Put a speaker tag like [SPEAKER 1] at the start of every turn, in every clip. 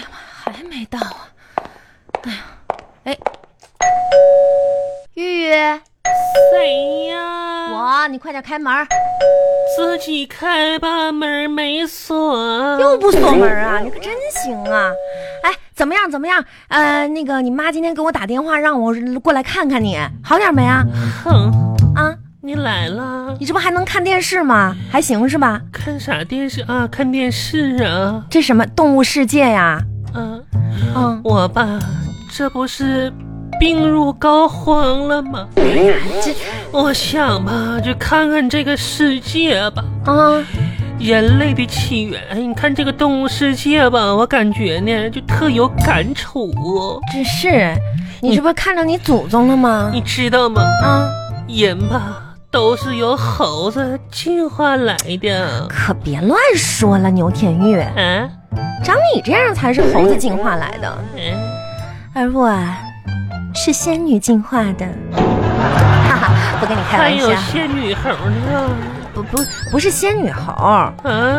[SPEAKER 1] 还没到啊！哎呀，哎，
[SPEAKER 2] 玉玉，
[SPEAKER 3] 谁
[SPEAKER 1] 嗯
[SPEAKER 3] 呀？
[SPEAKER 2] 我，你快点开门儿，
[SPEAKER 3] 自己开吧，门没锁。
[SPEAKER 1] 嗯
[SPEAKER 2] 又不锁门啊！你可真行啊！哎，怎么样？怎么样？呃，那个，你妈今天给我打电话，让我过来看看你，好点没啊？
[SPEAKER 3] 哼，
[SPEAKER 2] 啊，
[SPEAKER 3] 你来了，
[SPEAKER 2] 你这不还能看电视吗？还行是吧？
[SPEAKER 3] 看啥电视啊？看电视啊？
[SPEAKER 2] 这什么动物世界呀？
[SPEAKER 3] 嗯、
[SPEAKER 2] 嗯，
[SPEAKER 3] 我吧，这不是病入膏肓了吗？哎
[SPEAKER 2] 这，
[SPEAKER 3] 我想吧，就看看这个世界吧，
[SPEAKER 2] 啊，
[SPEAKER 3] 人类的起源。哎，你看这个动物世界吧，我感觉呢就特有感触，哦
[SPEAKER 2] 这是，你这不是看着你祖宗了吗？
[SPEAKER 3] 你知道吗？
[SPEAKER 1] 嗯
[SPEAKER 2] 啊，
[SPEAKER 3] 人吧，都是由猴子进化来的。
[SPEAKER 2] 可别乱说了，牛田玉，
[SPEAKER 3] 啊，
[SPEAKER 2] 长你这样才是猴子进化来的，
[SPEAKER 3] 嗯，
[SPEAKER 2] 而我啊，是仙女进化的。哈哈， 不跟你开
[SPEAKER 3] 还
[SPEAKER 2] 玩
[SPEAKER 3] 有
[SPEAKER 2] 笑，
[SPEAKER 3] 仙女猴呢。
[SPEAKER 2] 不不不是仙女猴，
[SPEAKER 3] 啊，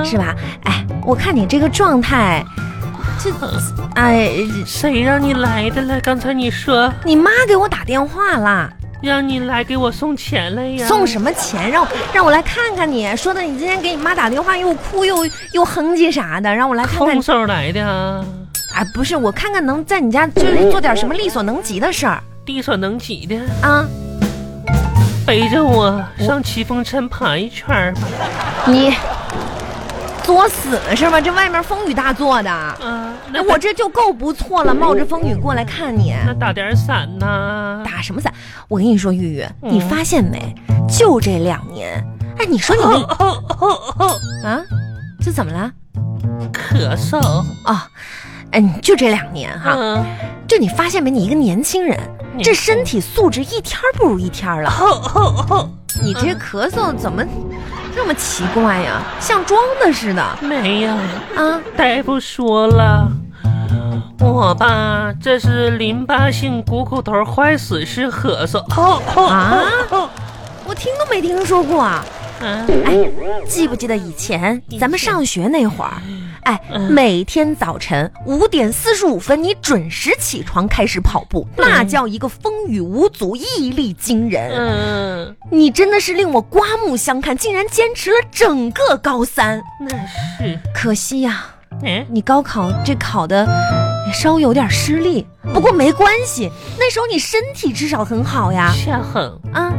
[SPEAKER 2] 是吧？哎，我看你这个状态，这，哎，
[SPEAKER 3] 啊谁让你来的了？刚才你说
[SPEAKER 2] 你妈给我打电话啦。
[SPEAKER 3] 让你来给我送钱了呀？
[SPEAKER 2] 送什么钱？让我让我来看看你，说的你今天给你妈打电话又哭又又哼唧啥的，让我来看看
[SPEAKER 3] 空。手来的啊，
[SPEAKER 2] 哎，不是，我看看能在你家就是做点什么力所能及的事儿
[SPEAKER 3] 力所能及的，
[SPEAKER 2] 啊！
[SPEAKER 3] 背着我上奇峰山爬一圈儿吧。啊
[SPEAKER 2] 你作死是吧？这外面风雨大作的，
[SPEAKER 3] 啊，
[SPEAKER 2] 哎，
[SPEAKER 3] 那
[SPEAKER 2] 我这就够不错了，冒着风雨过来看你，
[SPEAKER 3] 那打点伞呐、
[SPEAKER 2] 打什么伞？我跟你说，玉玉，
[SPEAKER 3] 嗯
[SPEAKER 2] 你发现没？就这两年，哎，你说你
[SPEAKER 3] 哦
[SPEAKER 2] 那
[SPEAKER 3] 哦哦哦，
[SPEAKER 2] 啊，这怎么了？
[SPEAKER 3] 咳嗽。
[SPEAKER 2] 哦，哎，你就这两年哈。
[SPEAKER 3] 嗯，
[SPEAKER 2] 就你发现没？你一个年轻人，
[SPEAKER 3] 年轻
[SPEAKER 2] 这身体素质一天儿不如一天儿了。
[SPEAKER 3] 哦哦哦，
[SPEAKER 2] 你这咳嗽怎么这么奇怪呀？像装的似的
[SPEAKER 3] 没有。
[SPEAKER 2] 啊！
[SPEAKER 3] 大夫说了，我吧，这是淋巴性股骨头坏死式咳嗽。哦哦
[SPEAKER 2] 啊
[SPEAKER 3] 哦
[SPEAKER 2] 我听都没听说过啊！
[SPEAKER 3] 哦，啊，
[SPEAKER 2] 记不记得以前
[SPEAKER 3] 以前
[SPEAKER 2] 咱们上学那会儿？哎，
[SPEAKER 3] 嗯
[SPEAKER 2] 每天早晨五点四十五分，你准时起床开始跑步，那叫一个风雨无阻，毅力惊人。
[SPEAKER 3] 嗯嗯，
[SPEAKER 2] 你真的是令我刮目相看，竟然坚持了整个高三。
[SPEAKER 3] 那是，
[SPEAKER 2] 可惜呀、
[SPEAKER 3] 哎，
[SPEAKER 2] 你高考这考的稍有点失利，不过没关系，那时候你身体至少很好呀。
[SPEAKER 3] 夏恒，
[SPEAKER 2] 啊，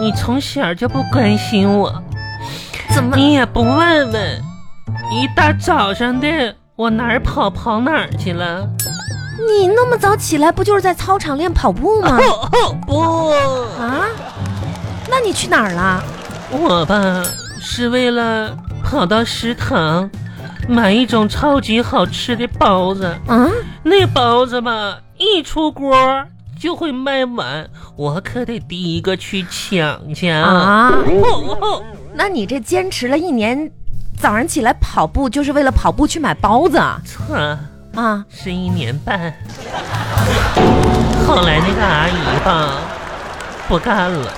[SPEAKER 3] 你从小就不关心我，
[SPEAKER 2] 怎么？
[SPEAKER 3] 你也不问问，一大早上的我哪儿跑跑哪儿去了？
[SPEAKER 2] 你那么早起来，不就是在操场练跑步吗？
[SPEAKER 3] 哦哦不，
[SPEAKER 2] 啊，那你去哪儿了？
[SPEAKER 3] 我吧是为了跑到食堂买一种超级好吃的包子。
[SPEAKER 2] 啊，
[SPEAKER 3] 那包子吧，一出锅就会卖完，我可得第一个去抢去啊！
[SPEAKER 2] 啊，
[SPEAKER 3] 哦哦，
[SPEAKER 2] 那你这坚持了一年，早上起来跑步就是为了跑步去买包子啊？
[SPEAKER 3] 操，
[SPEAKER 2] 啊，
[SPEAKER 3] 是一年半。后来那个阿姨吧，不干了。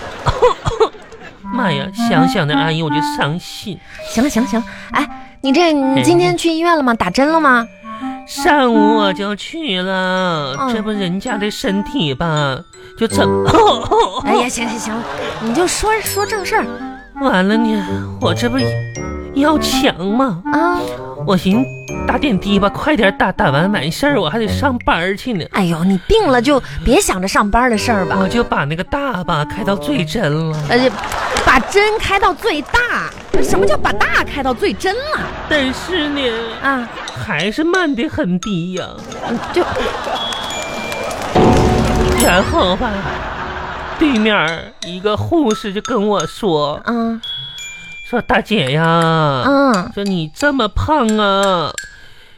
[SPEAKER 3] 妈呀，想想那阿姨我就伤心。
[SPEAKER 2] 行了行了行了，哎，你这你
[SPEAKER 3] 哎
[SPEAKER 2] 今天去医院了吗？打针了吗？
[SPEAKER 3] 上午我就去了，
[SPEAKER 2] 嗯
[SPEAKER 3] 这不人家的身体吧，就哦怎么、
[SPEAKER 2] 哎呀，行行行了，你就说说正事儿
[SPEAKER 3] 完了呢？我这不要强吗？
[SPEAKER 2] 啊。
[SPEAKER 3] 我寻打点滴吧，快点打，打完完事儿我还得上班去呢。
[SPEAKER 2] 哎呦，你病了就别想着上班的事儿吧
[SPEAKER 3] 我，就把那个大吧开到最真了，
[SPEAKER 2] 呃，把针开到最大。什么叫把大开到最真了
[SPEAKER 3] 但是呢，
[SPEAKER 2] 啊？
[SPEAKER 3] 还是慢的很低呀、
[SPEAKER 2] 嗯就
[SPEAKER 3] 然后吧，对面儿一个护士就跟我说
[SPEAKER 2] 嗯
[SPEAKER 3] 说大姐呀，
[SPEAKER 2] 嗯，
[SPEAKER 3] 说你这么胖啊，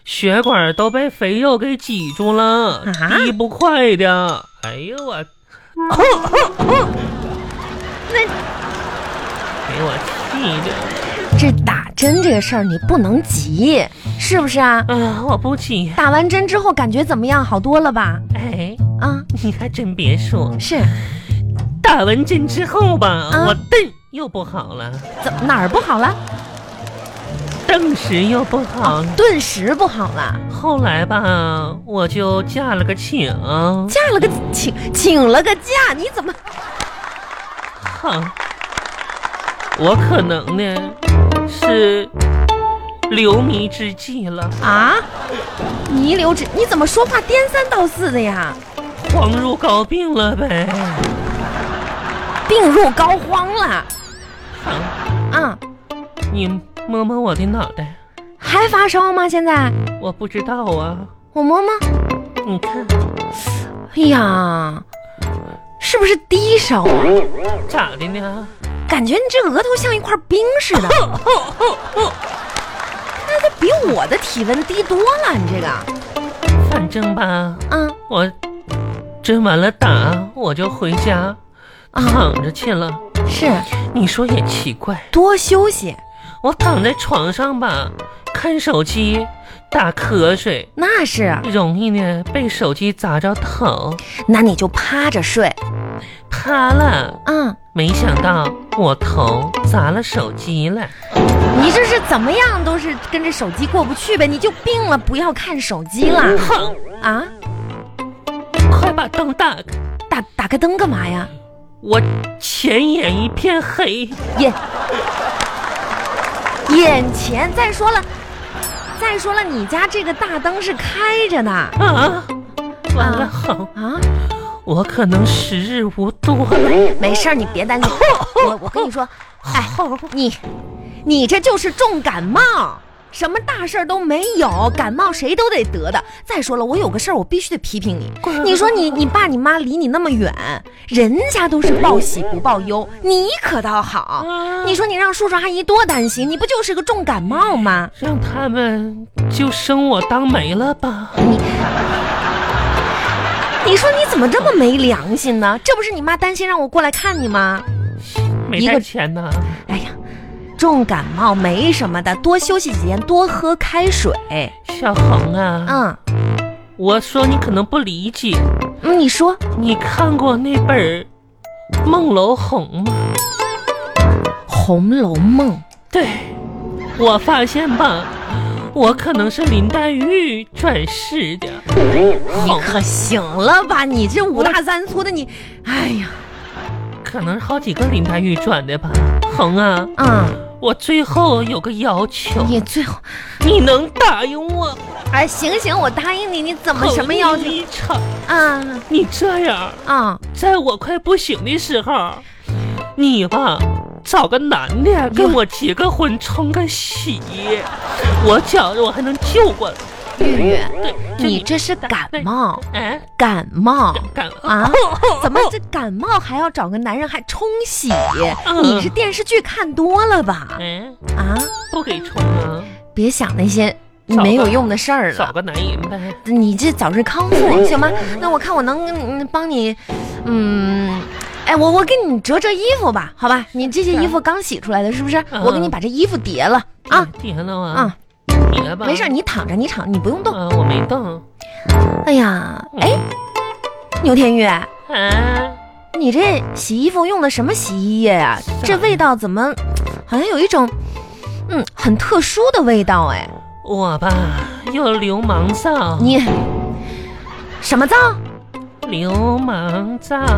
[SPEAKER 3] 血管都被肥肉给挤住了，滴不快的。哎呦我，
[SPEAKER 2] 那
[SPEAKER 3] 给我气的。
[SPEAKER 2] 这打针这个事儿你不能急，是不是啊？
[SPEAKER 3] 哎呀，我不急。
[SPEAKER 2] 打完针之后感觉怎么样？好多了吧？
[SPEAKER 3] 哎，
[SPEAKER 2] 啊，
[SPEAKER 3] 你还真别说，
[SPEAKER 2] 是
[SPEAKER 3] 打完针之后吧，
[SPEAKER 2] 啊
[SPEAKER 3] 我肾又不好了，
[SPEAKER 2] 怎哪儿不好了？
[SPEAKER 3] 顿时又不好了。
[SPEAKER 2] 顿时不好了，
[SPEAKER 3] 后来吧，我就嫁了个请，
[SPEAKER 2] 嫁了个请请了个假，你怎么？
[SPEAKER 3] 哼，我可能呢是流迷之际了，
[SPEAKER 2] 啊，泥流之，你怎么说话颠三倒四的呀？
[SPEAKER 3] 恍如高病了呗。
[SPEAKER 2] 病入膏肓了，
[SPEAKER 3] 哼，
[SPEAKER 2] 啊，
[SPEAKER 3] 你摸摸我的脑袋，
[SPEAKER 2] 还发烧吗？现在
[SPEAKER 3] 我不知道啊。
[SPEAKER 2] 我摸摸，
[SPEAKER 3] 你看，
[SPEAKER 2] 哎呀，是不是低烧啊？
[SPEAKER 3] 咋的呢？
[SPEAKER 2] 感觉你这额头像一块冰似的。那它比我的体温低多了，你这个，
[SPEAKER 3] 反正吧，
[SPEAKER 2] 啊
[SPEAKER 3] 我针完了打，我就回家
[SPEAKER 2] 啊，
[SPEAKER 3] 躺着去了。
[SPEAKER 2] 是
[SPEAKER 3] 你说也奇怪，
[SPEAKER 2] 多休息，
[SPEAKER 3] 我躺在床上吧，看手机，打瞌睡，
[SPEAKER 2] 那是，
[SPEAKER 3] 容易呢被手机砸着头，
[SPEAKER 2] 那你就趴着睡，
[SPEAKER 3] 趴了。
[SPEAKER 2] 啊，
[SPEAKER 3] 没想到我头砸了手机了，
[SPEAKER 2] 你这是怎么样都是跟这手机过不去呗？你就病了，不要看手机了
[SPEAKER 3] 哼！
[SPEAKER 2] 啊！
[SPEAKER 3] 快把灯打开，
[SPEAKER 2] 打打开灯干嘛呀？
[SPEAKER 3] 我前眼一片黑。
[SPEAKER 2] 眼眼前，再说了，再说了，你家这个大灯是开着啊的啊？
[SPEAKER 3] 啊，完了，哼，我可能时日无多了。
[SPEAKER 2] 没事儿，你别担心。我我跟你说，哎，你你这就是重感冒，什么大事儿都没有，感冒谁都得得的。再说了，我有个事儿，我必须得批评你。你说你你爸你妈离你那么远，人家都是报喜不报忧，你可倒好。你说你让叔叔阿姨多担心，你不就是个重感冒吗？
[SPEAKER 3] 让他们就生我当媒了吧？
[SPEAKER 2] 你说你怎么这么没良心呢？这不是你妈担心让我过来看你吗？
[SPEAKER 3] 没
[SPEAKER 2] 一个
[SPEAKER 3] 带钱呐，
[SPEAKER 2] 哎呀，重感冒没什么的，多休息几天，多喝开水。
[SPEAKER 3] 小红啊，
[SPEAKER 2] 嗯，
[SPEAKER 3] 我说你可能不理解，
[SPEAKER 2] 嗯你说
[SPEAKER 3] 你看过那本儿《梦楼红》吗？
[SPEAKER 2] 《红楼梦》
[SPEAKER 3] 对，我发现吧，我可能是林黛玉转世的。红
[SPEAKER 2] 可行了吧？你这五大三粗的你，哎呀，
[SPEAKER 3] 可能是好几个林黛玉转的吧。红啊，
[SPEAKER 2] 嗯，
[SPEAKER 3] 我最后有个要求，
[SPEAKER 2] 你最后，
[SPEAKER 3] 你能答应我
[SPEAKER 2] 哎，行行，我答应你，你怎么什么要求
[SPEAKER 3] 红一场？
[SPEAKER 2] 啊
[SPEAKER 3] 你这样，
[SPEAKER 2] 啊？
[SPEAKER 3] 在我快不行的时候，你吧找个男的跟我结个婚，冲个喜，我觉着我还能救过来。
[SPEAKER 2] 玉玉，
[SPEAKER 3] 对，就
[SPEAKER 2] 你这是感冒，
[SPEAKER 3] 哎，
[SPEAKER 2] 感冒。
[SPEAKER 3] 感
[SPEAKER 2] 啊？怎么这感冒还要找个男人还冲洗？你是电视剧看多了吧？
[SPEAKER 3] 哎，
[SPEAKER 2] 啊，
[SPEAKER 3] 不给冲啊，
[SPEAKER 2] 别想那些没有用的事儿
[SPEAKER 3] 找
[SPEAKER 2] 了。
[SPEAKER 3] 个男人呗。
[SPEAKER 2] 你这早日康复行吗？那我看我能嗯帮你，嗯，哎，我我给你折折衣服吧，好吧？你这件衣服刚洗出来的，是不是？
[SPEAKER 3] 嗯
[SPEAKER 2] 我给你把这衣服叠了啊，
[SPEAKER 3] 叠了
[SPEAKER 2] 啊
[SPEAKER 3] 啊，，叠吧，
[SPEAKER 2] 没事，你躺着，你躺，你不用动。
[SPEAKER 3] 啊，我没动。
[SPEAKER 2] 哎呀，哎，牛天玉，
[SPEAKER 3] 哎，
[SPEAKER 2] 你这洗衣服用的什么洗衣液呀、
[SPEAKER 3] 啥
[SPEAKER 2] 这味道怎么好像有一种嗯很特殊的味道哎？
[SPEAKER 3] 我吧又流氓造，
[SPEAKER 2] 你什么皂？
[SPEAKER 3] 流氓皂，去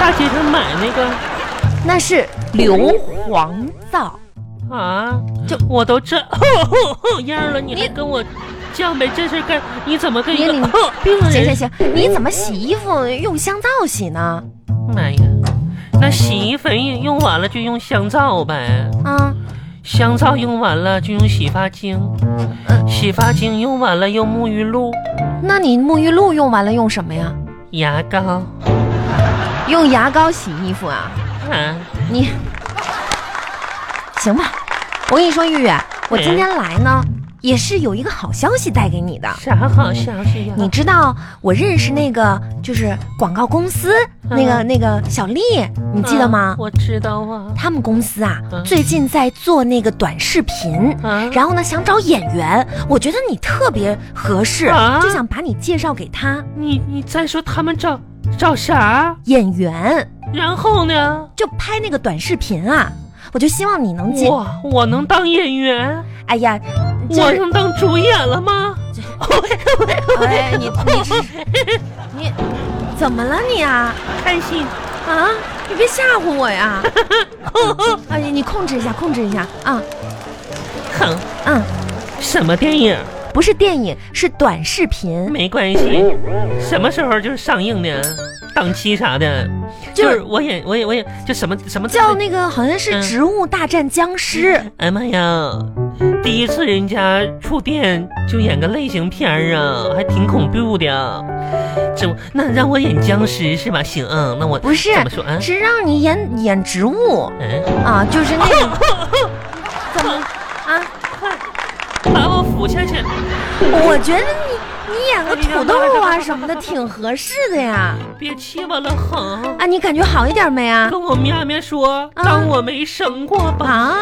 [SPEAKER 3] 大街上买那个
[SPEAKER 2] 那是硫磺皂。
[SPEAKER 3] 啊，
[SPEAKER 2] 就
[SPEAKER 3] 我都这样了，你还
[SPEAKER 2] 你
[SPEAKER 3] 跟我犟呗？这事儿干你怎么跟一 个
[SPEAKER 2] 你
[SPEAKER 3] 病
[SPEAKER 2] 行行
[SPEAKER 3] 人？
[SPEAKER 2] 行，你怎么洗衣服用香皂洗呢？
[SPEAKER 3] 妈哎呀！那洗衣粉也用完了就用香皂呗，
[SPEAKER 2] 啊，
[SPEAKER 3] 香皂用完了就用洗发精，
[SPEAKER 2] 嗯
[SPEAKER 3] 洗发精用完了用沐浴露、
[SPEAKER 2] 那你沐浴露用完了用什么呀？
[SPEAKER 3] 牙膏
[SPEAKER 2] 用牙膏洗衣服啊？
[SPEAKER 3] 啊。
[SPEAKER 2] 你行吧？我跟你说，玉玉，我今天来呢，也是有一个好消息带给你的。
[SPEAKER 3] 啥好消息呀？
[SPEAKER 2] 你知道我认识那个就是广告公司、那个那个小丽，你记得吗
[SPEAKER 3] 啊？我知道啊。
[SPEAKER 2] 他们公司啊，
[SPEAKER 3] 嗯
[SPEAKER 2] 最近在做那个短视频，
[SPEAKER 3] 啊
[SPEAKER 2] 然后呢想找演员，我觉得你特别合适，
[SPEAKER 3] 啊
[SPEAKER 2] 就想把你介绍给他
[SPEAKER 3] 你你再说他们找找啥？
[SPEAKER 2] 演员，
[SPEAKER 3] 然后呢？
[SPEAKER 2] 就拍那个短视频啊。我就希望你能进。
[SPEAKER 3] 我我能当演员，
[SPEAKER 2] 哎呀，就
[SPEAKER 3] 我
[SPEAKER 2] 是
[SPEAKER 3] 能当主演了吗？
[SPEAKER 2] 哎，你你是你怎么了你啊
[SPEAKER 3] 看戏，
[SPEAKER 2] 啊？你别吓唬我 呀！哎，你控制一下，控制一下啊！
[SPEAKER 3] 哼，
[SPEAKER 2] 嗯，
[SPEAKER 3] 什么电影？
[SPEAKER 2] 不是电影，是短视频。
[SPEAKER 3] 没关系，什么时候就是上映的，档期啥的，
[SPEAKER 2] 就
[SPEAKER 3] 就是是我演我演我演就什么什么
[SPEAKER 2] 叫那个好像是《
[SPEAKER 3] 嗯
[SPEAKER 2] 植物大战僵尸》
[SPEAKER 3] 哎妈呀！第一次人家触电就演个类型片儿啊，还挺恐怖的。怎么那让我演僵尸是吧？行，嗯，那我
[SPEAKER 2] 不是
[SPEAKER 3] 怎么说啊？
[SPEAKER 2] 是让你演演植物
[SPEAKER 3] 嗯，
[SPEAKER 2] 啊，就是那种怎么啊？
[SPEAKER 3] 把我扶下去。
[SPEAKER 2] 我觉得你你演个土豆啊什么的挺合适的呀。
[SPEAKER 3] 别气我了，哼！
[SPEAKER 2] 啊，你感觉好一点没啊？
[SPEAKER 3] 跟我喵喵说，
[SPEAKER 2] 啊
[SPEAKER 3] 当我没生过吧。
[SPEAKER 2] 啊。